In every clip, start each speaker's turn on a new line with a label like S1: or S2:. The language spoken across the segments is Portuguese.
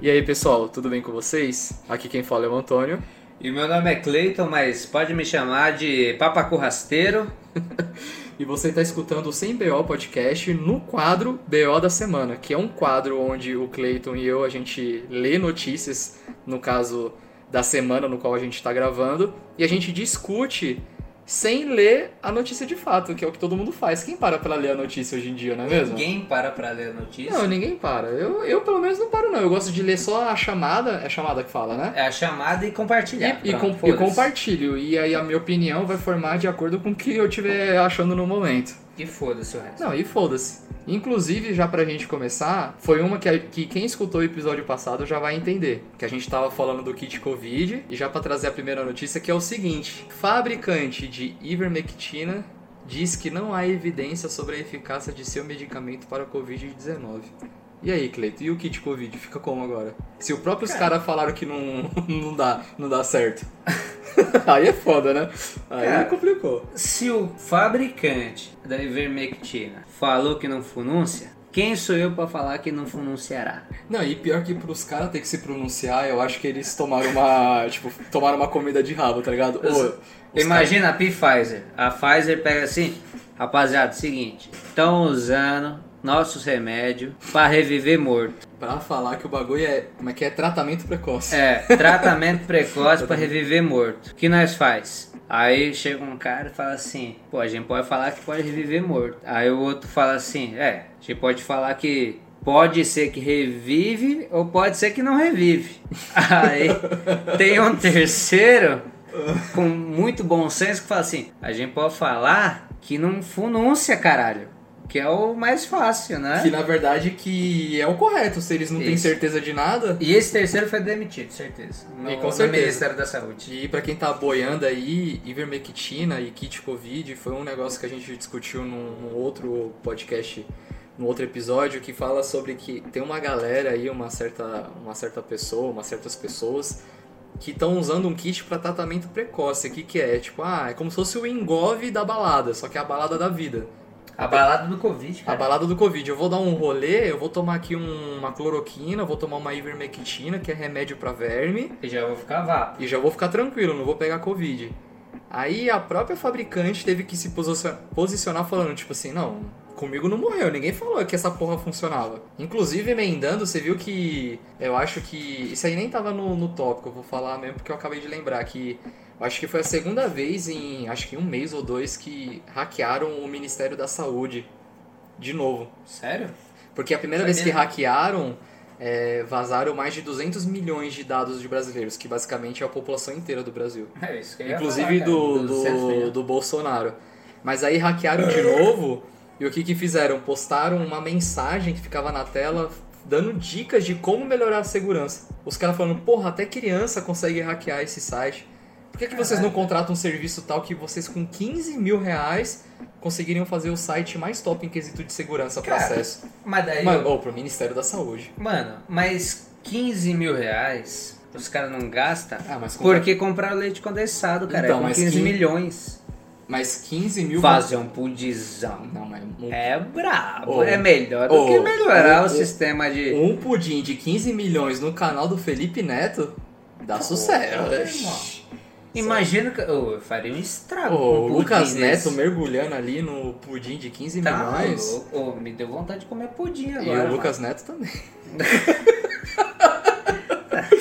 S1: E aí pessoal, tudo bem com vocês? Aqui quem fala é o Antônio.
S2: E meu nome é Cleiton, mas pode me chamar de Papa Currasteiro.
S1: E você está escutando o Sem BO Podcast no quadro BO da Semana, que é um quadro onde o Cleiton e eu a gente lê notícias, no caso da semana no qual a gente está gravando, e a gente discute sem ler a notícia de fato, que é o que todo mundo faz. Quem para pra ler a notícia hoje em dia, não é mesmo?
S2: Ninguém para pra ler a notícia.
S1: Não, ninguém para. Eu, eu pelo menos não paro, não. Eu gosto de ler só a chamada. É chamada que fala, né?
S2: É a chamada e compartilhar.
S1: E, e,
S2: Pronto,
S1: com- e
S2: foda-se.
S1: compartilho. E aí a minha opinião vai formar de acordo com o que eu estiver achando no momento.
S2: E foda-se o resto.
S1: Não, e foda-se. Inclusive, já pra gente começar, foi uma que, a- que quem escutou o episódio passado já vai entender. Que a gente tava falando do kit Covid, e já pra trazer a primeira notícia, que é o seguinte: fabricante de ivermectina diz que não há evidência sobre a eficácia de seu medicamento para a Covid-19. E aí, Cleito, e o kit Covid? Fica como agora? Se os próprios
S2: Cara.
S1: caras falaram que não, não dá, não dá certo. aí é foda, né? Aí
S2: Cara.
S1: complicou.
S2: Se o fabricante da Ivermectina falou que não funúncia, quem sou eu pra falar que não fununciará?
S1: Não, e pior que pros caras ter que se pronunciar, eu acho que eles tomaram uma. tipo, tomaram uma comida de rabo, tá ligado? Ô, os
S2: Imagina a P- Pfizer. A Pfizer pega assim, rapaziada, seguinte, estão usando nossos remédios pra reviver morto.
S1: caras- Pra falar que o bagulho é. Como é que é? Tratamento precoce.
S2: É, tratamento precoce pra reviver morto. O que nós faz? Aí chega um cara e fala assim, pô, a gente pode falar que pode reviver morto. Aí o outro fala assim, é, a gente pode falar que pode ser que revive ou pode ser que não revive. Aí tem um terceiro com muito bom senso que fala assim, a gente pode falar que não funúncia, caralho. Que é o mais fácil, né?
S1: Que na verdade que é o correto, se eles não têm
S2: Isso.
S1: certeza de nada.
S2: E esse terceiro foi demitido, certeza. No,
S1: E com
S2: no
S1: certeza.
S2: Ministério da Saúde.
S1: E pra quem tá boiando aí, ivermectina e kit Covid foi um negócio que a gente discutiu num, num outro podcast, num outro episódio, que fala sobre que tem uma galera aí, uma certa, uma certa pessoa, umas certas pessoas que estão usando um kit pra tratamento precoce. O que que é? Tipo, ah, é como se fosse o engove da balada, só que é a balada da vida.
S2: A balada do Covid,
S1: A
S2: cara.
S1: balada do Covid. Eu vou dar um rolê, eu vou tomar aqui um- uma cloroquina, eu vou tomar uma ivermectina, que é remédio pra verme.
S2: Eu já vou ficar vapo.
S1: e já vou ficar tranquilo, não vou pegar Covid. Aí a própria fabricante teve que se posi- posicionar falando, tipo assim, não, comigo não morreu, ninguém falou que essa porra funcionava. Inclusive, emendando, você viu que eu acho que. Isso aí nem tava no, no tópico, eu vou falar mesmo porque eu acabei de lembrar que. eu Acho que foi a segunda vez em acho que um mês ou dois que hackearam o Ministério da Saúde de novo.
S2: Sério?
S1: Porque a primeira
S2: Foi
S1: vez que
S2: mesmo?
S1: hackearam, é, vazaram mais de 200 milhões de dados de brasileiros, que basicamente é a população inteira do Brasil.
S2: É isso que eu ia
S1: Inclusive
S2: falar, cara,
S1: do,
S2: dos 200
S1: do,
S2: milhões.
S1: do Bolsonaro. Mas aí hackearam de novo, e o que, que fizeram? Postaram uma mensagem que ficava na tela dando dicas de como melhorar a segurança. Os caras falando, porra, até criança consegue hackear esse site. Por que, que vocês não contratam um serviço tal que vocês com 15 mil reais conseguiriam fazer o site mais top em quesito de segurança para
S2: Cara,
S1: acesso?
S2: Mas daí.
S1: Mano,
S2: Mano,
S1: ou pro Ministério da Saúde.
S2: mas 15 mil reais os caras não gastam
S1: Ah, mas, compra-
S2: porque compraram leite condensado, cara.
S1: Então,
S2: é com
S1: mas
S2: 15
S1: quin-
S2: milhões.
S1: mas 15 mil.
S2: Fazer um pudizão.
S1: Não, mas um,
S2: É brabo.
S1: Ô,
S2: é melhor do
S1: ô,
S2: que melhorar
S1: ô,
S2: o
S1: ô,
S2: sistema de.
S1: um pudim de 15 milhões no canal do Felipe Neto dá sucesso.
S2: ô,
S1: Oxi.
S2: Imagina que. Ô, eu faria um estrago. com
S1: Ô, o
S2: um pudim
S1: Lucas
S2: desse.
S1: Neto mergulhando ali no pudim de 15
S2: Tá
S1: milhões.
S2: louco. Ô, me deu vontade de comer pudim
S1: E
S2: agora.
S1: o
S2: mano.
S1: Lucas Neto também.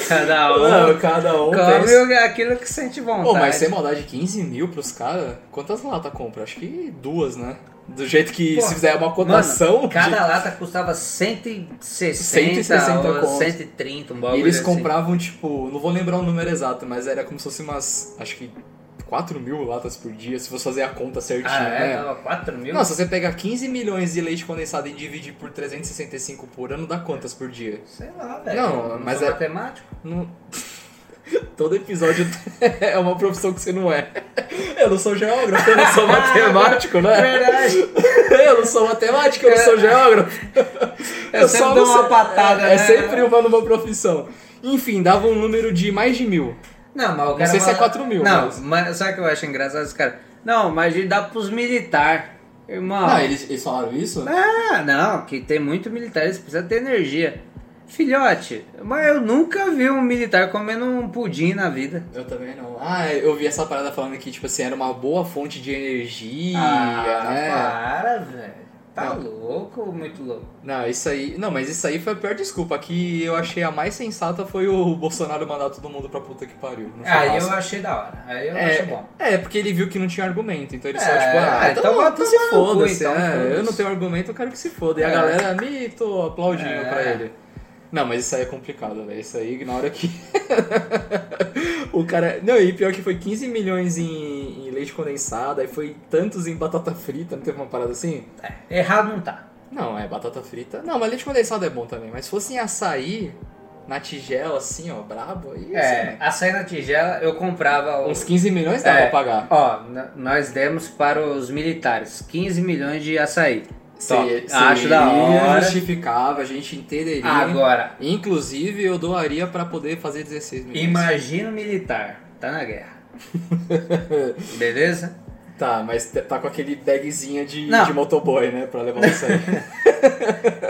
S2: Cada um.
S1: cada um
S2: Come é o- aquilo que sente vontade.
S1: Pô, mas é sem maldade, 15 mil pros caras, quantas latas compra? Acho que duas, né? Do jeito que
S2: Pô,
S1: se fizer uma
S2: Mano,
S1: cotação. de-
S2: cada lata custava 160,
S1: 160
S2: ou
S1: conto.
S2: 130, um
S1: E
S2: bagulho
S1: eles
S2: assim.
S1: compravam, tipo, não vou lembrar o número exato, mas era como se fosse umas, acho que 4 mil latas por dia, se você fazer a conta certinha,
S2: Ah, é?
S1: né?
S2: Tava 4 mil?
S1: Não, se você pegar 15 milhões de leite condensado e dividir por 365 por ano, dá quantas por dia?
S2: Sei lá, velho.
S1: Não, mas
S2: sou
S1: é-
S2: matemático?
S1: Não- Todo episódio é uma profissão que você não é. Eu não sou geógrafo, eu não sou matemático, né?
S2: é Verdade. É.
S1: Eu não sou matemático, eu não sou geógrafo.
S2: Eu sempre dou
S1: não
S2: uma
S1: sei-
S2: patada,
S1: É, é
S2: né?
S1: sempre uma numa profissão. Enfim, dava um número de mais de mil.
S2: Não, mas o cara...
S1: sei se é
S2: fala-
S1: 4 mil,
S2: Não,
S1: mas-
S2: mas... sabe o que eu acho engraçado? Os caras... Não, mas a gente dá pros militares. Irmão...
S1: Ah, eles, eles falaram isso?
S2: Ah, não, que tem muito militar, eles precisam ter energia. Filhote, mas eu nunca vi um militar comendo um pudim na vida.
S1: Eu também não. Ah, eu vi essa parada falando que, tipo assim, era uma boa fonte de energia,
S2: Ah, tá,
S1: né?
S2: para, velho. Tá
S1: Não.
S2: louco, muito louco.
S1: Não, isso aí. Não, mas isso aí foi a pior desculpa. A que eu achei a mais sensata foi o Bolsonaro mandar todo mundo pra puta que pariu. no
S2: Aí
S1: churrasco.
S2: Ah, eu achei da hora. Aí eu
S1: É,
S2: achei bom.
S1: É, porque ele viu que não tinha argumento, então ele só,
S2: É,
S1: tipo, ah,
S2: ah,
S1: então,
S2: então vai
S1: então se
S2: tomar no cu,
S1: foda, se
S2: então,
S1: é,
S2: foda-se.
S1: eu não tenho argumento, eu quero que se foda. E a
S2: É.
S1: galera, mito, aplaudindo
S2: É.
S1: pra ele. Não, mas isso aí é complicado, velho. Isso aí, na hora que. o cara. Não, e pior que foi 15 milhões em, em leite condensado, aí foi tantos em batata frita, não teve uma parada assim?
S2: É, errado não tá.
S1: Não, é batata frita. Não, mas leite condensado é bom também, mas se fosse em açaí, na tigela, assim, ó, brabo, aí.
S2: É,
S1: assim,
S2: açaí na tigela eu comprava. o-
S1: uns 15 milhões dá
S2: É.
S1: pra pagar.
S2: Ó, n- nós demos para os militares 15 milhões de açaí.
S1: Se,
S2: Top.
S1: Ah,
S2: Acho da hora.
S1: justificava, a gente entenderia.
S2: Agora,
S1: Inclusive, eu doaria pra poder fazer 16 milhões.
S2: imagina o militar, tá na guerra. Beleza?
S1: Tá, mas t- tá com aquele bagzinho de,
S2: Não.
S1: de motoboy, né? Pra levar você aí.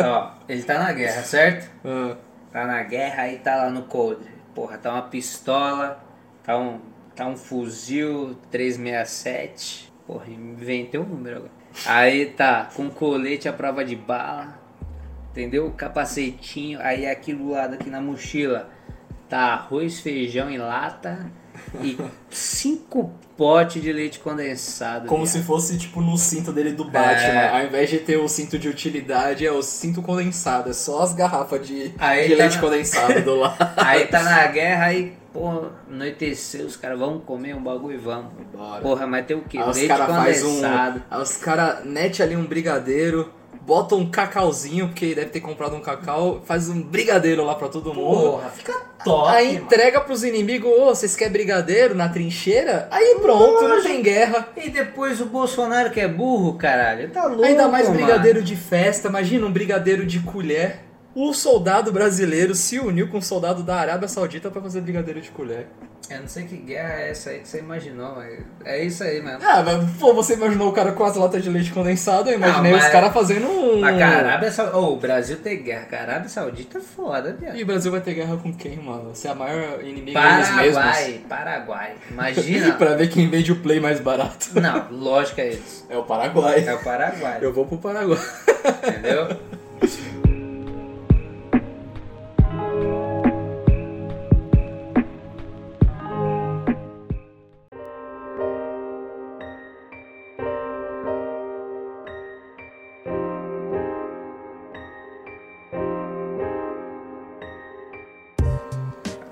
S2: Ó, ele tá na guerra, certo?
S1: Ah,
S2: Tá na guerra aí tá lá no coldre. Porra, tá uma pistola, tá um, tá um fuzil 367. Porra, inventei um número agora. Aí tá com colete à prova de bala, entendeu? Capacetinho, aí é aquilo lado aqui na mochila tá arroz, feijão em lata e cinco potes de leite condensado.
S1: como
S2: viado.
S1: se fosse, tipo, no cinto dele do Batman.
S2: É.
S1: Ao invés de ter o cinto de utilidade, é o cinto condensado. É só as garrafas de,
S2: Aí
S1: de
S2: tá
S1: leite
S2: na-
S1: condensado do lado.
S2: Aí tá na guerra, aí, porra, anoiteceu, os caras vão comer um bagulho e vamos.
S1: Bora.
S2: Porra, mas tem o quê?
S1: Aí os
S2: Leite
S1: caras faz um.
S2: condensado.
S1: Aí os caras mete ali um brigadeiro, bota um cacauzinho, porque deve ter comprado um cacau, faz um brigadeiro lá pra todo mundo.
S2: Porra, fica top,
S1: aí
S2: mano.
S1: entrega pros inimigos, ô, vocês querem brigadeiro na trincheira? Aí pronto, não tem guerra.
S2: então, E depois o Bolsonaro que é burro, caralho. Tá louco,
S1: Ainda mais
S2: mano.
S1: brigadeiro de festa, imagina um brigadeiro de colher. O soldado brasileiro se uniu com o soldado da Arábia Saudita pra fazer brigadeiro de colher.
S2: Eu não sei que guerra é essa aí que você imaginou, mas é isso aí mesmo.
S1: Ah, mas pô, você imaginou o cara com as latas de leite condensado, eu imaginei
S2: Ah, mas-
S1: os caras fazendo um.
S2: Mas caralho, Saudita. Ô, o Brasil tem guerra. com a Arábia Saudita é foda, viado.
S1: E o Brasil vai ter guerra com quem, mano? Se a maior inimiga deles mesmos.
S2: Paraguai, Paraguai. Imagina.
S1: pra ver quem vende o play mais barato.
S2: Não, lógico é eles.
S1: É o Paraguai.
S2: É o Paraguai,
S1: Eu vou pro Paraguai.
S2: entendeu?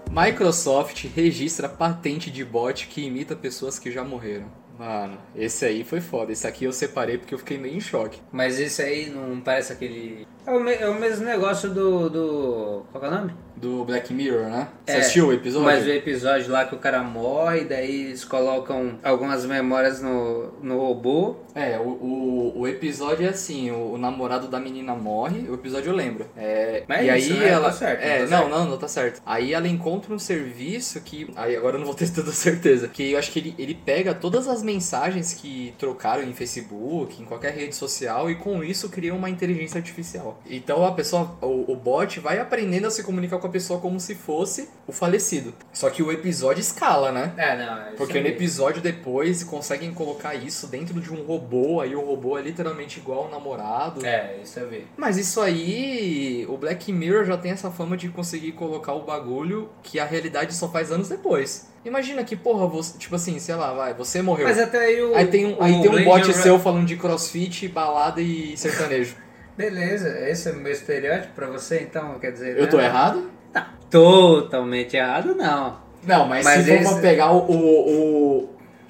S1: Microsoft registra patente de bot que imita pessoas que já morreram. Mano, esse aí foi foda. Esse aqui eu separei porque eu fiquei meio em choque.
S2: Mas isso aí não parece aquele. É o, me- é o mesmo negócio do. do... Qual que é o nome?
S1: Do Black Mirror, né? Você
S2: É,
S1: assistiu o episódio?
S2: Mas o episódio lá que o cara morre, daí eles colocam algumas memórias no, no robô.
S1: É, o, o, o episódio é assim, o, o namorado da menina morre, o episódio eu lembro. É,
S2: Mas
S1: e
S2: é isso,
S1: aí
S2: né?
S1: ela.
S2: Tá certo,
S1: é,
S2: tá
S1: não,
S2: certo.
S1: não, não tá certo. Aí ela encontra um serviço que. Aí agora eu não vou ter tanta certeza. Que eu acho que ele, ele pega todas as mensagens que trocaram em Facebook, em qualquer rede social, e com isso cria uma inteligência artificial. Então a pessoa, o, o bot vai aprendendo a se comunicar com a pessoa como se fosse o falecido. Só que o episódio escala, né?
S2: É, não. é isso
S1: Porque
S2: aí.
S1: no episódio depois conseguem colocar isso dentro de um robô, aí o robô é literalmente igual ao namorado.
S2: É, isso eu vi.
S1: Mas isso aí, o Black Mirror já tem essa fama de conseguir colocar o bagulho que a realidade só faz anos depois. Imagina que, porra, você, tipo assim, sei lá, vai, você morreu.
S2: Mas até aí o.
S1: aí tem um,
S2: o
S1: aí tem um
S2: Blade
S1: bot
S2: Runner-
S1: seu falando de crossfit, balada e sertanejo.
S2: Beleza, esse é o meu estereótipo pra você, então, quer dizer.
S1: Eu tô
S2: né?
S1: errado?
S2: Não, totalmente errado, não.
S1: Não, mas,
S2: Mas
S1: se for
S2: esse-
S1: pra pegar o, o, o-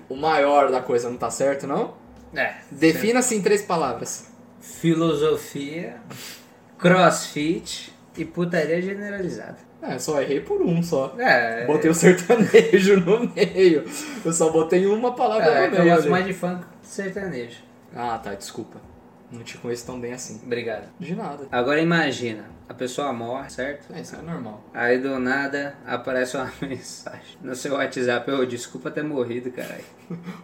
S1: o maior da coisa, não tá certo, não?
S2: É.
S1: Defina-se em três palavras.
S2: Filosofia, crossfit e putaria generalizada.
S1: É, só errei por um só.
S2: É.
S1: Botei o sertanejo no meio. Eu só botei uma palavra
S2: é,
S1: no
S2: que eu
S1: meio.
S2: gosto
S1: ali.
S2: mais de funk que sertanejo.
S1: Ah, tá, desculpa. Não te conheço tão bem assim.
S2: Obrigado.
S1: De nada.
S2: Agora imagina, a pessoa morre, certo?
S1: É, isso é normal.
S2: Aí do nada aparece uma mensagem no seu WhatsApp. Ô, desculpa ter morrido, caralho.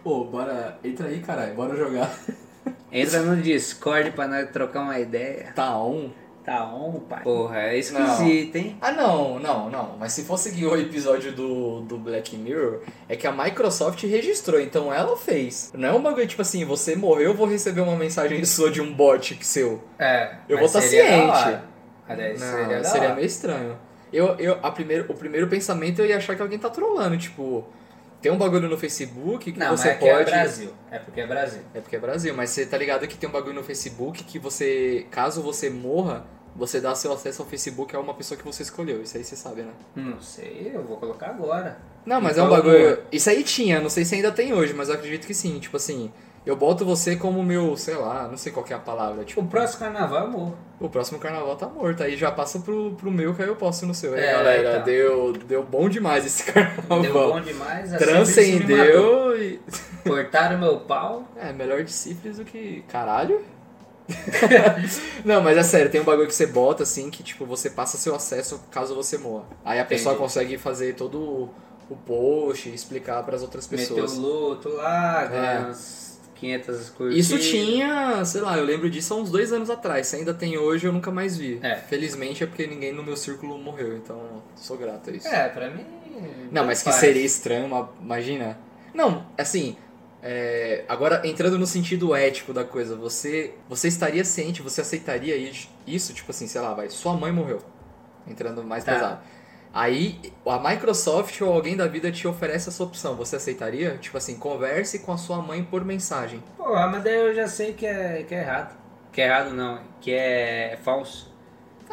S1: Ô, bora. Entra aí, caralho. Bora jogar.
S2: Entra no Discord pra nós trocar uma ideia.
S1: Tá on.
S2: Tá on, pai. Porra, é esquisito, hein?
S1: Ah, não, não, não. Mas se for seguir o episódio do, do Black Mirror, é que a Microsoft registrou, então ela fez. Não é um bagulho tipo assim, você morreu, eu vou receber uma mensagem sua de um bot que seu.
S2: É.
S1: Eu
S2: mas
S1: vou tá
S2: seria da
S1: ciente.
S2: hora. Aliás,
S1: Não,
S2: seria,
S1: É, seria,
S2: da hora.
S1: meio estranho. Eu, eu, a primeiro, o primeiro pensamento eu ia achar que alguém tá trolando, tipo, tem um bagulho no Facebook que
S2: Não, mas
S1: você
S2: é que é
S1: pode.
S2: Brasil. É porque é Brasil.
S1: É porque é Brasil, mas você tá ligado que tem um bagulho no Facebook que você, caso você morra, você dá seu acesso ao Facebook a uma pessoa que você escolheu. Isso aí você sabe, né?
S2: Não sei, eu vou colocar agora.
S1: Não, mas é um
S2: Então,
S1: bagulho. Isso aí tinha, não sei se ainda tem hoje, mas eu acredito que sim. Tipo assim, eu boto você como meu, sei lá, não sei qual que é a palavra. Tipo,
S2: O próximo carnaval, amor.
S1: o próximo carnaval tá morto. Aí já passa pro, pro meu que aí eu posso ir no seu. Aí,
S2: É,
S1: galera,
S2: então.
S1: deu, deu bom demais esse carnaval.
S2: Deu bom demais. é a sífilis me matou.
S1: Transcendeu e.
S2: Cortaram meu pau.
S1: É, melhor de sífilis do que. Caralho? não, mas é sério, tem um bagulho que você bota assim que, tipo, você passa seu acesso caso você morra. Aí a pessoa
S2: Entendi.
S1: consegue fazer todo o- o post, explicar pras outras
S2: Meteu
S1: pessoas. É.
S2: luto lá, ganhou uns 500 curtidas.
S1: Isso tinha, sei lá, eu lembro disso há uns dois anos atrás. Se ainda tem hoje, eu nunca mais vi.
S2: É.
S1: Felizmente é porque ninguém no meu círculo morreu, então sou grato a isso.
S2: É, pra mim.
S1: Não, mas que
S2: faz.
S1: seria estranho, uma- imagina. Não, assim. é, agora, entrando no sentido ético da coisa, você você estaria ciente, você aceitaria is- isso? Tipo assim, sei lá, vai, sua mãe morreu. Entrando mais
S2: Tá.
S1: pesado. Aí, a Microsoft ou alguém da vida te oferece essa opção, você aceitaria? Tipo assim, converse com a sua mãe por mensagem.
S2: Porra, ah, mas daí eu já sei que é, que é errado. Que é errado não, que é falso.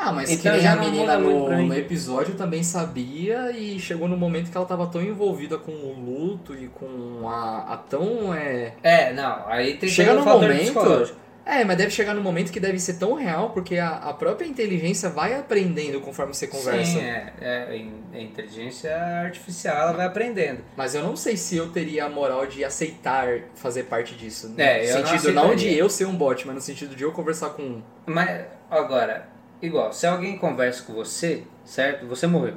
S1: Ah, mas
S2: Então
S1: que nem
S2: já
S1: a
S2: não
S1: menina
S2: muda muito
S1: no,
S2: pra mim.
S1: no episódio também sabia e chegou no momento que ela tava tão envolvida com o luto e com a, a tão é,
S2: É, não, aí tem
S1: Chega
S2: todo
S1: num
S2: um fator
S1: momento-
S2: psicológico.
S1: É, mas deve chegar num momento que deve ser tão real, porque a, a própria inteligência vai aprendendo conforme você conversa.
S2: Sim, é, é, in- a inteligência artificial ela vai aprendendo.
S1: Mas eu não sei se eu teria a moral de aceitar fazer parte disso. No
S2: É, eu não
S1: sentido não, de
S2: aceitaria.
S1: eu ser um bot, mas no sentido de eu conversar com um.
S2: Mas agora, igual, se alguém conversa com você, certo? Você morreu.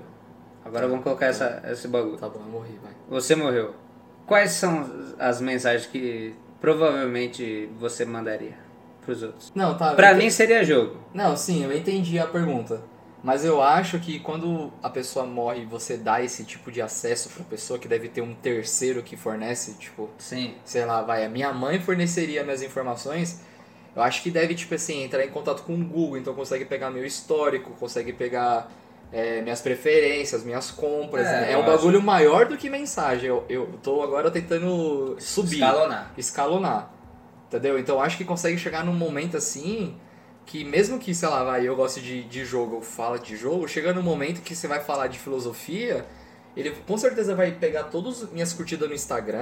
S2: Agora vamos colocar essa, esse bagulho.
S1: Tá bom, eu morri, vai.
S2: Você morreu. Quais são as mensagens que provavelmente você mandaria pros outros?
S1: Não, tá. eu
S2: Pra
S1: entendi.
S2: mim seria jogo.
S1: Não, sim, eu entendi a pergunta. Mas eu acho que quando a pessoa morre e você dá esse tipo de acesso pra pessoa que deve ter um terceiro que fornece, tipo,
S2: Sim.
S1: sei lá, vai, a minha mãe forneceria minhas informações, eu acho que deve, tipo assim, entrar em contato com o Google, então consegue pegar meu histórico, consegue pegar é, minhas preferências, minhas compras,
S2: É,
S1: né? é
S2: eu
S1: um
S2: acho.
S1: bagulho maior do que mensagem, eu, eu tô agora tentando subir,
S2: Escalonar.
S1: escalonar, entendeu? Então acho que consegue chegar num momento assim... Que mesmo que, sei lá, vai, eu gosto de, de jogo, eu falo de jogo, chega num momento que você vai falar de filosofia, ele com certeza vai pegar todas as minhas curtidas no Instagram,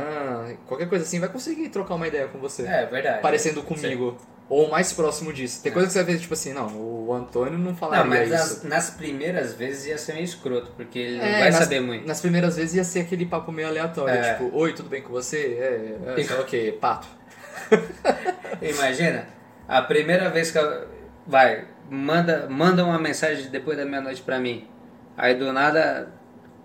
S1: qualquer coisa assim, vai conseguir trocar uma ideia com você.
S2: É verdade.
S1: parecendo comigo. Ou mais próximo disso. Tem coisa que você vai ver, tipo assim, não, o Antônio não falaria
S2: Não, mas
S1: isso.
S2: nas, nas primeiras vezes ia ser meio escroto, porque ele
S1: É,
S2: não vai
S1: nas-
S2: saber muito.
S1: Nas primeiras vezes ia ser aquele papo meio aleatório,
S2: É.
S1: tipo, oi, tudo bem com você? É, é sei lá o quê, pato.
S2: Imagina, a primeira vez que eu, vai, manda, manda uma mensagem depois da meia-noite pra mim. Aí do nada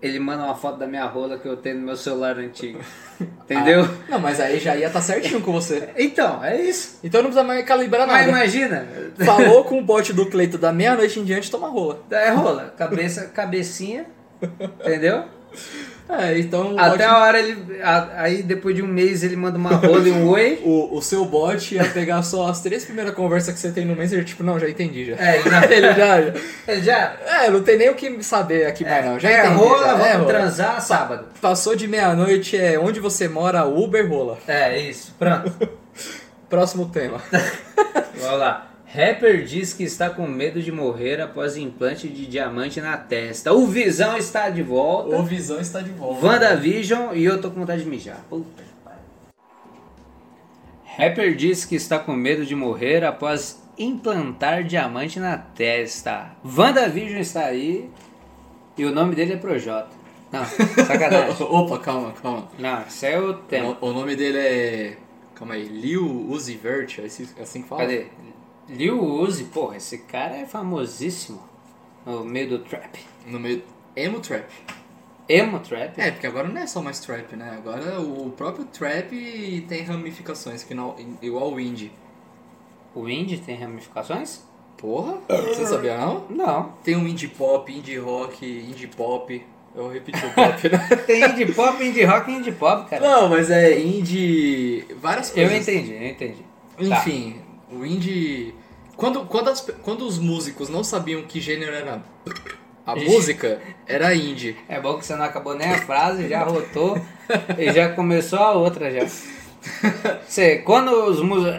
S2: ele manda uma foto da minha rola que eu tenho no meu celular antigo. Entendeu?
S1: Ah, não, mas aí já ia estar certinho com você.
S2: Então, é isso.
S1: Então não precisa mais calibrar
S2: Mas é-
S1: nada.
S2: imagina,
S1: Falou com o bote do Cleito da meia-noite em diante, toma rola.
S2: é rola, cabeça, cabecinha, entendeu?
S1: É, então o
S2: Até
S1: bote-
S2: a hora ele. a- aí depois de um mês ele manda uma rola e um oi.
S1: O, o seu bot ia pegar só as três primeiras conversas que você tem no Messenger, tipo, não, já entendi já.
S2: É, ele, não,
S1: Ele já.
S2: ele já.
S1: É, não tem nem o que saber aqui mais não. Já
S2: é
S1: entendi,
S2: rola,
S1: já.
S2: vamos
S1: É, rola.
S2: transar sábado.
S1: Passou de meia-noite, é onde você mora, Uber rola.
S2: É isso, pronto.
S1: Próximo tema.
S2: Vamos lá. Rapper diz que está com medo de morrer após implante de diamante na testa. O Visão está de volta.
S1: Visão está de volta.
S2: WandaVision e eu tô com vontade de mijar. Puta que pariu. Rapper diz que está com medo de morrer após implantar diamante na testa. WandaVision está aí e o nome dele é Projota. Não, sacanagem.
S1: Opa, calma, calma.
S2: Não, isso é o tema.
S1: O, o nome dele é. Calma aí, Liu Uzi Vert, é assim é assim que fala?
S2: Cadê? Lil Uzi, porra, esse cara é famosíssimo no meio do trap.
S1: No meio. Emo Trap.
S2: Emo trap?
S1: É, porque agora não é só mais trap, né? Agora o próprio trap tem ramificações, que não, igual o indie.
S2: O indie tem ramificações?
S1: Porra, você sabia não?
S2: Não.
S1: Tem um indie pop, indie rock, indie pop. Eu repeti o pop, né?
S2: Tem indie pop, indie rock e indie pop, cara.
S1: Não, mas é indie. Várias
S2: Eu
S1: coisas.
S2: entendi, eu entendi. Tá.
S1: Enfim, o indie. Quando, quando, as- quando os músicos não sabiam que gênero era a música, era indie.
S2: É bom que você não acabou nem a frase, já rotou e já começou a outra já. Você, quando os músicos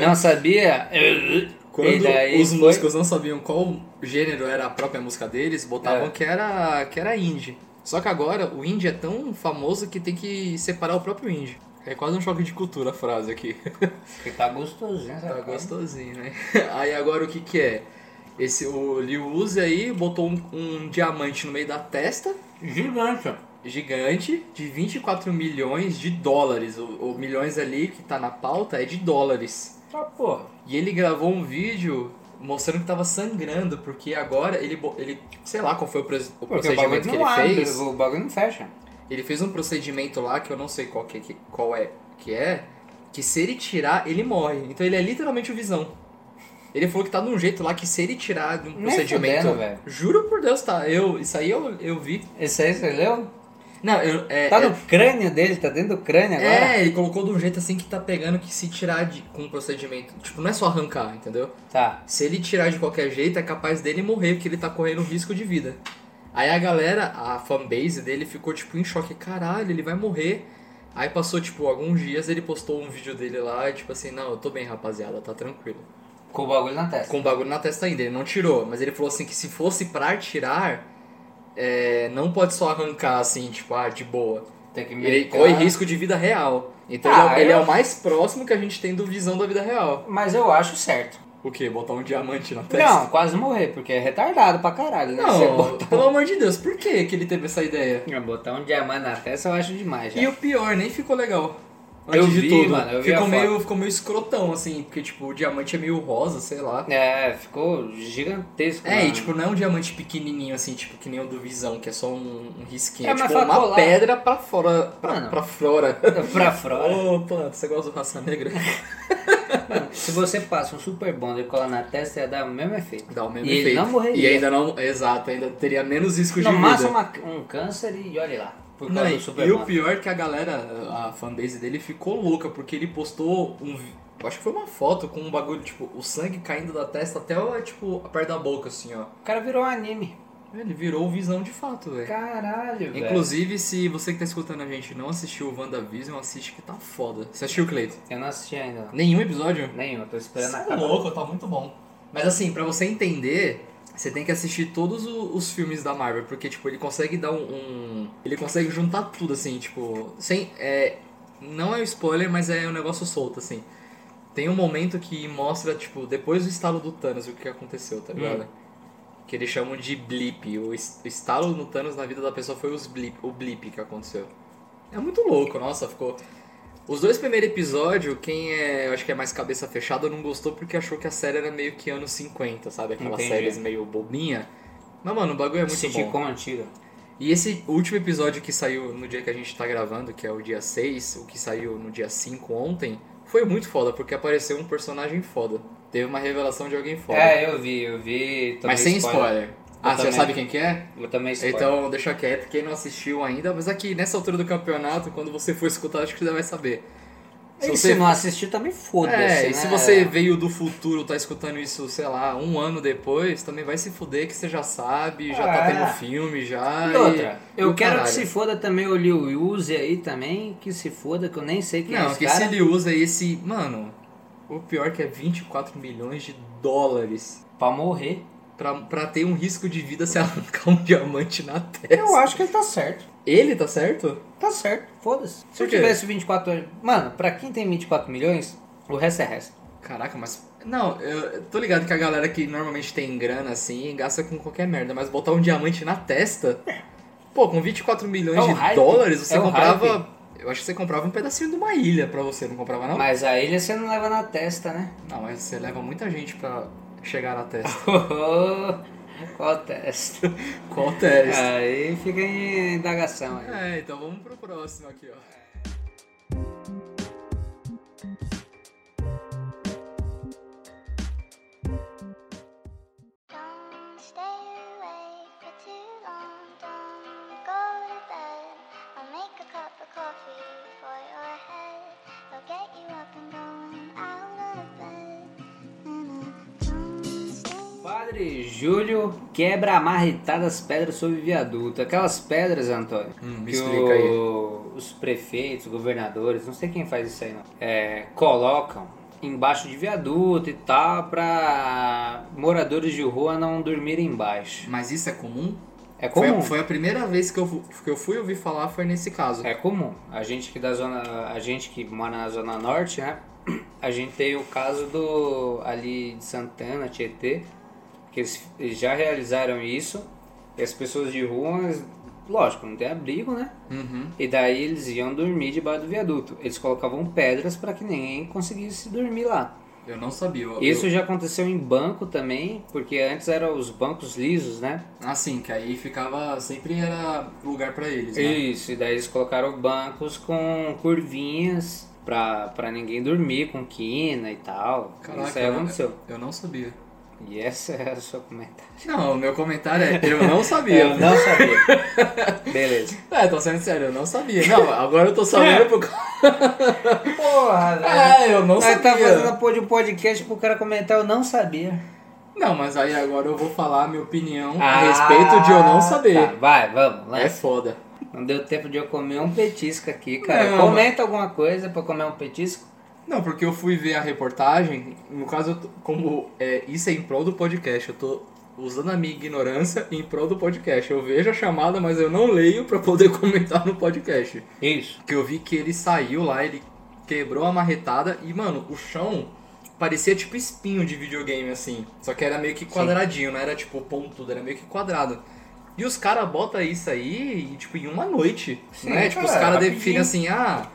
S2: não sabia, e
S1: Quando
S2: daí
S1: os
S2: foi-
S1: músicos não sabiam qual gênero era a própria música deles, botavam
S2: É.
S1: que, era, que era indie. Só que agora o indie é tão famoso que tem que separar o próprio indie. É quase um choque de cultura a frase aqui.
S2: que tá gostosinho, essa
S1: Tá
S2: frase.
S1: gostosinho, né? Aí agora o que que é? Esse, o Liu Uzi aí botou um, um diamante no meio da testa,
S2: Gigante.
S1: gigante, de 24 milhões de dólares. O, o milhões ali que tá na pauta é de dólares.
S2: Tá porra.
S1: E ele gravou um vídeo mostrando que tava sangrando, porque agora ele, bo- ele sei lá qual foi o, pres- o
S2: Porque o
S1: procedimento
S2: bagulho
S1: que
S2: não
S1: ele
S2: abre, né?
S1: fez.
S2: o bagulho não fecha.
S1: Ele fez um procedimento lá que eu não sei qual que, que- qual é que é, que se ele tirar, ele morre. Então ele é literalmente o Visão. Ele falou que tá de um jeito lá que se ele tirar de um
S2: Nem
S1: procedimento,
S2: fudendo, velho.
S1: juro por Deus, tá? Eu isso aí eu, eu vi.
S2: Esse aí você leu?
S1: Não, eu é,
S2: Tá
S1: é-
S2: no crânio dele, tá dentro do crânio agora?
S1: é, ele colocou de um jeito assim que tá pegando que se tirar de com um procedimento, tipo, não é só arrancar, entendeu?
S2: Tá.
S1: Se ele tirar de qualquer jeito, é capaz dele morrer, porque ele tá correndo risco de vida. Aí a galera, a fanbase dele ficou tipo em choque, caralho, ele vai morrer. Aí passou tipo alguns dias, ele postou um vídeo dele lá, e, tipo assim, não, eu tô bem, rapaziada, tá tranquilo.
S2: Com o bagulho na testa.
S1: Com o bagulho na testa ainda, ele não tirou, mas ele falou assim que se fosse pra tirar, é, não pode só arrancar assim, tipo, ah, de boa.
S2: Tem que
S1: Ele
S2: medicar.
S1: corre risco de vida real. Então ele,
S2: Ah,
S1: é, ele é
S2: eu-
S1: o mais próximo que a gente tem do visão da vida real.
S2: Mas eu acho certo.
S1: O quê? Botar um diamante na testa?
S2: Não, quase morrer, porque é retardado pra caralho, né? Você
S1: Não,
S2: bota-
S1: pelo amor de Deus, por que, que ele teve essa ideia?
S2: Ah, Botar um diamante na testa eu acho demais, já.
S1: E o pior, nem ficou legal.
S2: Eu
S1: Antes de
S2: vi,
S1: tudo,
S2: mano, eu vi
S1: ficou,
S2: a
S1: meio, ficou meio escrotão, assim, porque, tipo, o diamante é meio rosa, sei lá.
S2: É, ficou gigantesco.
S1: É,
S2: mano.
S1: e, tipo, não é um diamante pequenininho, assim, tipo, que nem o do Visão, que é só um, um risquinho.
S2: É,
S1: É,
S2: mas
S1: tipo,
S2: pra
S1: uma
S2: colar.
S1: pedra pra fora, pra,
S2: Mano.
S1: pra fora.
S2: pra fora.
S1: Ô, planta, você gosta do raça negra?
S2: Se você passa um super bonder e cola na testa, ia dar o mesmo efeito.
S1: Dá o mesmo
S2: E ele
S1: efeito.
S2: não morreria.
S1: E ainda não... Exato, ainda teria menos risco
S2: No
S1: de
S2: máximo
S1: vida.
S2: uma- um câncer e olha lá. Por
S1: Não,
S2: causa
S1: e
S2: do super
S1: e o
S2: bonder.
S1: pior é que a galera, a fanbase dele ficou louca, porque ele postou um. vi- eu Acho que foi uma foto com um bagulho, tipo, o sangue caindo da testa até, ó, tipo, a perto da boca, assim, ó.
S2: O cara virou um anime.
S1: Ele virou o visão de fato, velho.
S2: Caralho, velho.
S1: Inclusive, se você que tá escutando a gente não assistiu o WandaVision, assiste que tá foda. Você assistiu, Cleiton?
S2: Eu não assisti ainda. não.
S1: Nenhum episódio?
S2: Nenhum, eu tô esperando
S1: Cê é
S2: acabar.
S1: louco, tá muito bom. Mas assim, pra você entender, você tem que assistir todos o- os filmes da Marvel, porque tipo, ele consegue dar um, um- ele consegue juntar tudo assim, tipo, sem é não é um spoiler, mas é um negócio solto assim. Tem um momento que mostra tipo depois do estalo do Thanos o que aconteceu, tá ligado? Que eles chamam de blip. O es- o estalo no Thanos na vida da pessoa foi os blip, o blip que aconteceu. É muito louco, nossa, ficou. Os dois primeiros episódios, quem é, eu acho que é mais cabeça fechada, não gostou porque achou que a série era meio que anos 50, sabe? Aquelas
S2: Entendi.
S1: séries meio bobinha. Mas, mano, o bagulho é muito bom.
S2: Sitcom antiga.
S1: E esse último episódio que saiu no dia que a gente tá gravando, que é o dia 6, o que saiu no dia 5 ontem, foi muito foda, porque apareceu um personagem foda. Teve uma revelação de alguém foda.
S2: É, eu vi, eu vi. tomei
S1: Mas sem spoiler. Ah, você já
S2: também.
S1: sabe quem que é?
S2: Eu também spoiler.
S1: Então deixa quieto, quem não assistiu ainda, mas aqui nessa altura do campeonato, quando você for escutar, acho que você vai saber.
S2: e se não assistiu, também foda-se.
S1: é,
S2: né?
S1: e se você veio do futuro, tá escutando isso, sei lá, um ano depois, também vai se fuder que você já sabe, já tá
S2: É.
S1: tendo filme, já.
S2: E outra,
S1: e-
S2: eu
S1: e o
S2: quero que
S1: caralho.
S2: se foda também o Liu Uzi aí também, que se foda, que eu nem sei quem é
S1: Não,
S2: esse
S1: que
S2: cara.
S1: se ele usa esse. Mano, o pior que é 24 milhões de dólares
S2: Pra morrer.
S1: pra, pra ter um risco de vida se arrancar um diamante na testa.
S2: Eu acho que ele tá certo.
S1: Ele tá certo?
S2: Tá certo, foda-se. Se eu
S1: Por quê?
S2: tivesse 24 horas... Mano, pra quem tem 24 milhões, o resto é resto.
S1: Caraca, mas. Não, eu eu tô ligado que a galera que normalmente tem grana assim gasta com qualquer merda, mas botar um diamante na testa. Pô, com 24 milhões
S2: É um
S1: de
S2: hype.
S1: dólares você
S2: É um
S1: comprava. Eu acho que você comprava um pedacinho de uma ilha pra você, não comprava não?
S2: Mas a ilha você não leva na testa, né?
S1: Não, mas você leva muita gente pra chegar na testa.
S2: Qual testa?
S1: Qual
S2: é
S1: testa?
S2: Aí fica em indagação aí.
S1: É, então vamos pro próximo aqui, ó.
S2: Padre Júlio quebra amarretadas pedras sobre viaduto. Aquelas pedras, Antônio,
S1: Hum, me
S2: que
S1: explica aí.
S2: o- os prefeitos, governadores, não sei quem faz isso aí não, é, colocam embaixo de viaduto e tal pra moradores de rua não dormirem embaixo.
S1: Mas isso é comum?
S2: É
S1: Foi a-
S2: comum.
S1: Foi, a primeira vez que eu, fu- que eu fui ouvir falar, foi nesse caso.
S2: É comum. A gente que da zona, a gente que mora na zona norte, né? A gente tem o caso do ali de Santana, Tietê, que eles, eles já realizaram isso. E as pessoas de rua, elas- lógico, não tem abrigo, né?
S1: Uhum.
S2: E daí eles iam dormir debaixo do viaduto. Eles colocavam pedras para que ninguém conseguisse dormir lá.
S1: Eu não sabia. Eu,
S2: Isso já aconteceu em banco também, porque antes eram os bancos lisos, né?
S1: eu- assim, que aí ficava. Sempre era lugar pra eles, né?
S2: Isso, e daí eles colocaram bancos com curvinhas pra, pra ninguém dormir, com quina e tal.
S1: Caraca,
S2: Isso aí
S1: eu não-
S2: aconteceu.
S1: Eu não sabia.
S2: E essa é o seu comentário.
S1: Não, o meu comentário é: eu não sabia.
S2: não sabia. Beleza.
S1: É, tô sendo sério, eu não sabia. Não, agora eu tô
S2: É.
S1: sabendo por causa.
S2: Porra, velho.
S1: É, eu não
S2: Nós
S1: sabia.
S2: tá fazendo a porra de um podcast pro cara comentar, eu não sabia.
S1: Não, mas aí agora eu vou falar a minha opinião a respeito de eu não
S2: Ah, Tá,
S1: saber.
S2: vai, vamos,
S1: É
S2: lança.
S1: foda.
S2: Não deu tempo de eu comer um petisco aqui, cara.
S1: Não,
S2: Comenta alguma coisa pra eu comer um petisco.
S1: Não, porque eu fui ver a reportagem, no caso, eu tô- como é, isso é em prol do podcast, eu tô usando a minha ignorância em prol do podcast. Eu vejo a chamada, mas eu não leio pra poder comentar no podcast.
S2: Isso.
S1: Que eu vi que ele saiu lá, ele quebrou a marretada e, mano, o chão parecia tipo espinho de videogame, assim. Só que era meio que quadradinho, não era tipo pontudo, era meio que quadrado. E os caras botam isso aí, e, tipo, em uma noite.
S2: Sim,
S1: né? Tipo, os
S2: cara,
S1: caras
S2: rapidinho.
S1: definem assim, ah,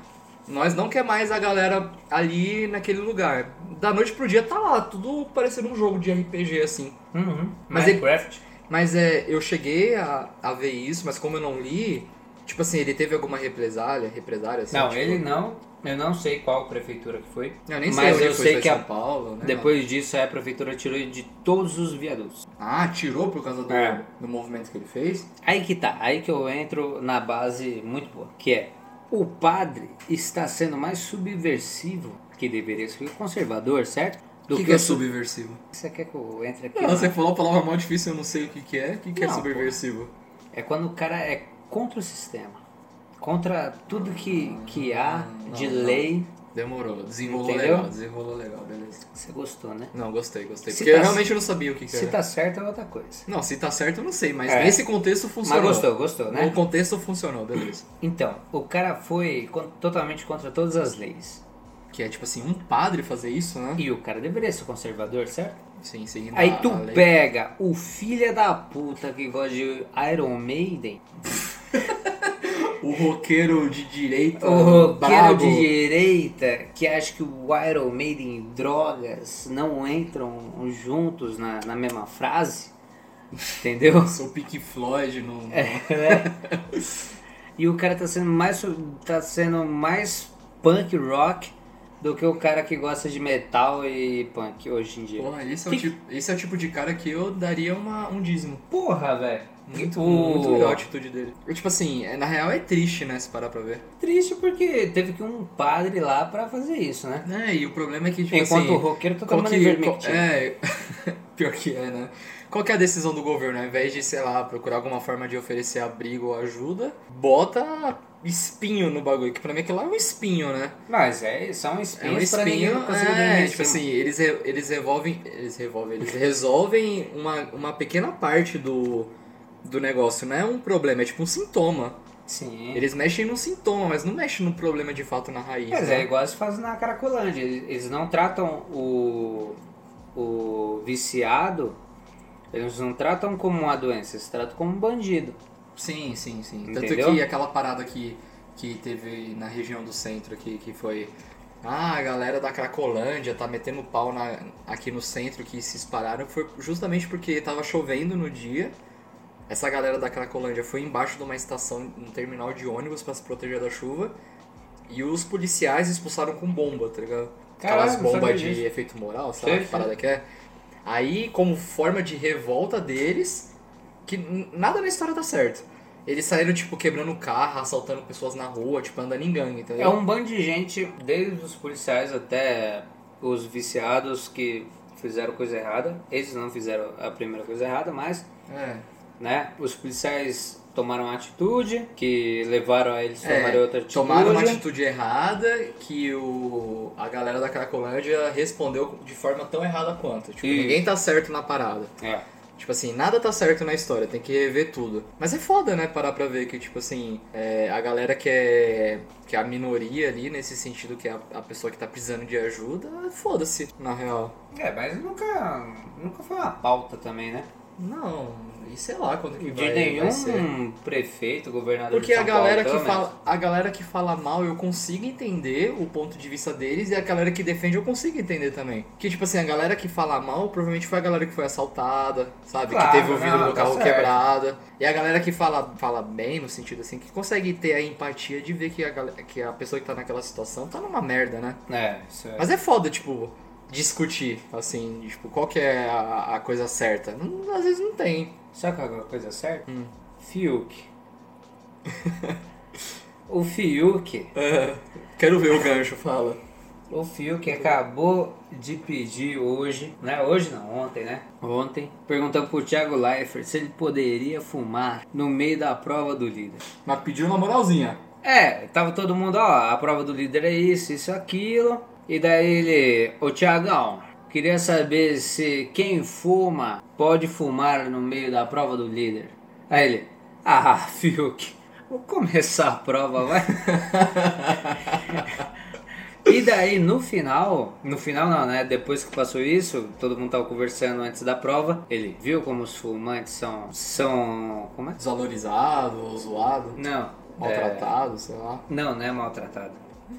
S1: nós não quer mais a galera ali naquele lugar. Da noite pro dia tá lá, tudo parecendo um jogo de RPG, assim.
S2: Uhum.
S1: Mas ele-
S2: Minecraft.
S1: Mas é, eu cheguei a, a ver isso, mas como eu não li, tipo assim, ele teve alguma represália, represália, assim,
S2: Não,
S1: tipo-
S2: ele não. Eu não sei qual prefeitura que foi.
S1: Eu nem
S2: Mas
S1: sei onde
S2: eu
S1: foi,
S2: sei
S1: foi
S2: que
S1: São
S2: a-
S1: Paulo, né?
S2: Depois disso, aí a prefeitura tirou ele de todos os viadutos.
S1: Ah, tirou por causa do,
S2: É.
S1: do movimento que ele fez?
S2: Aí que tá, aí que eu entro na base muito boa, que é o padre está sendo mais subversivo que deveria ser conservador, certo?
S1: O que, que
S2: o
S1: é
S2: su-
S1: subversivo?
S2: Você quer que eu entre aqui?
S1: Não, você falou a palavra mal difícil, eu não sei o que, que é. O que, que é
S2: Não,
S1: subversivo?
S2: É quando o cara é contra o sistema, contra tudo que, que há de
S1: Ah, não, não.
S2: lei.
S1: Demorou, desenrolou
S2: Entendeu?
S1: legal, desenrolou legal, beleza.
S2: Você gostou, né?
S1: Não, gostei, gostei.
S2: Se
S1: porque
S2: tá-
S1: eu realmente não sabia o que, que
S2: Se
S1: era.
S2: tá certo é outra coisa.
S1: Não, se tá certo eu não sei, mas
S2: É.
S1: nesse contexto funcionou.
S2: Mas gostou, gostou, né?
S1: No contexto funcionou, beleza.
S2: Então, o cara foi con- totalmente contra todas as leis.
S1: Que é tipo assim, um padre fazer isso, né?
S2: E o cara deveria ser conservador, certo?
S1: Sim, seguindo
S2: Aí
S1: a,
S2: tu
S1: a lei.
S2: pega o filho da puta que gosta de Iron Maiden,
S1: O roqueiro de direita.
S2: o roqueiro
S1: Tá brabo.
S2: de direita que acha que o Iron Maiden e drogas não entram juntos na, na mesma frase, entendeu?
S1: Sou Pink Floyd no.
S2: É, E o cara tá sendo mais su- tá sendo mais punk rock do que o cara que gosta de metal e punk hoje em dia.
S1: Porra, esse é, o
S2: Que-
S1: tipo, esse é o tipo de cara que eu daria uma, um dízimo.
S2: Porra, velho.
S1: Muito, muito legal a atitude dele. Eu, tipo assim, é- na real é triste, né, se parar pra ver.
S2: Triste porque teve que um padre lá pra fazer isso, né?
S1: Né, e o problema é que, tipo
S2: Enquanto
S1: assim...
S2: o roqueiro tá
S1: qual
S2: tomando
S1: que, qual,
S2: ivermectina.
S1: é, pior que é, né? Qual que é a decisão do governo? Ao invés de, sei lá, procurar alguma forma de oferecer abrigo ou ajuda, bota espinho no bagulho, que pra mim aquilo lá é um espinho, né?
S2: Mas é, são
S1: É
S2: espinhos
S1: um
S2: pra ninguém
S1: espinho,
S2: conseguir dormir
S1: é,
S2: em
S1: tipo
S2: cima.
S1: assim, eles, re- eles revolvem, eles revolvem, eles resolvem uma, uma pequena parte do, do negócio, não é um problema, é tipo um sintoma.
S2: Sim.
S1: Eles mexem no sintoma, mas não mexem no problema de fato na raiz.
S2: Mas
S1: né?
S2: é igual se faz na Caracolândia. Eles eles não tratam o, o viciado, eles não tratam como uma doença, eles tratam como um bandido.
S1: Sim, sim, sim.
S2: Entendeu?
S1: Tanto que aquela parada que, que teve na região do centro aqui, que foi. Ah, a galera da Cracolândia tá metendo pau na, aqui no centro que se espalharam. Foi justamente porque tava chovendo no dia. Essa galera da Cracolândia foi embaixo de uma estação, um terminal de ônibus pra se proteger da chuva. E os policiais expulsaram com bomba, tá ligado? Aquelas
S2: Caralho, não sabia
S1: bombas de
S2: disso.
S1: efeito moral, sabe?
S2: Sei,
S1: Que
S2: sei.
S1: parada que é. Aí, como forma de revolta deles, que n- nada na história tá certo. Eles saíram, tipo, quebrando carro, assaltando pessoas na rua, tipo, andando em gangue,
S2: É
S1: entendeu?
S2: um bando de gente, desde os policiais até os viciados que fizeram coisa errada. Eles não fizeram a primeira coisa errada, mas
S1: É.
S2: né, os policiais tomaram uma atitude que levaram a eles
S1: É,
S2: tomarem outra atitude.
S1: Tomaram uma
S2: é um
S1: atitude errada que o, a galera da Cracolândia respondeu de forma tão errada quanto. Tipo,
S2: Isso.
S1: ninguém tá certo na parada.
S2: É.
S1: Tipo assim, nada tá certo na história, tem que rever tudo. Mas é foda, né, parar pra ver que, tipo assim, é, a galera que é, que é a minoria ali, nesse sentido que é a, a pessoa que tá precisando de ajuda, foda-se, na real.
S2: É, mas nunca, nunca foi uma pauta também, né? Não.
S1: E sei lá quando que
S2: De
S1: vai, vai ser.
S2: nenhum prefeito, governador
S1: Porque
S2: de
S1: a
S2: São Paulo, então, né?
S1: galera, que
S2: pelo menos.
S1: fala, a galera que fala mal, eu consigo entender o ponto de vista deles, e a galera que defende, eu consigo entender também. Que, tipo assim, a galera que fala mal, provavelmente foi a galera que foi assaltada, sabe?
S2: Claro,
S1: que teve o vidro
S2: não,
S1: do
S2: tá
S1: carro
S2: certo.
S1: quebrado. E a galera que fala, fala bem, no sentido assim, que consegue ter a empatia de ver que a, gal- que a pessoa que tá naquela situação tá numa merda, né?
S2: É, isso é.
S1: Mas é foda, tipo, discutir, assim, tipo, qual que é a, a coisa certa. Não- às vezes não tem.
S2: Sabe qual é a coisa certa?
S1: Hum.
S2: Fiuk. o Fiuk.
S1: Quero ver o gancho, fala.
S2: O Fiuk acabou de pedir hoje, né? Hoje não, ontem, né? Ontem, perguntando pro Thiago Leifert se ele poderia fumar no meio da prova do líder.
S1: Mas pediu na moralzinha.
S2: É, tava todo mundo, ó, a prova do líder é isso, isso, aquilo. E daí ele, ô Tiagão, queria saber se quem fuma pode fumar no meio da prova do líder. Aí ele, ah, Fiuk, vou começar a prova, vai. E daí no final, no final não, né? Depois que passou isso, todo mundo tava conversando antes da prova. Ele viu como os fumantes são. são. como é?
S1: desvalorizado, ou zoado,
S2: Não. é,
S1: maltratado, sei lá.
S2: Não, não é maltratado.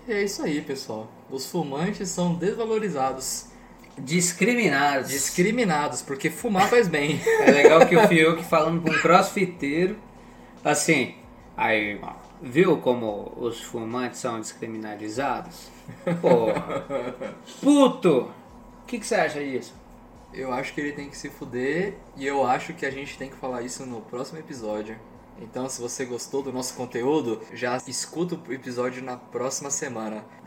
S1: E é isso aí, pessoal. Os fumantes são desvalorizados,
S2: Discriminados.
S1: discriminados, porque fumar faz bem.
S2: É legal que o Fiuk falando com um crossfiteiro, assim, aí, irmão, viu como os fumantes são descriminalizados? Porra. Puto! O que, que você acha disso?
S1: Eu acho que ele tem que se fuder e eu acho que a gente tem que falar isso no próximo episódio. Então, se você gostou do nosso conteúdo, já escuta o episódio na próxima semana.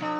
S3: going.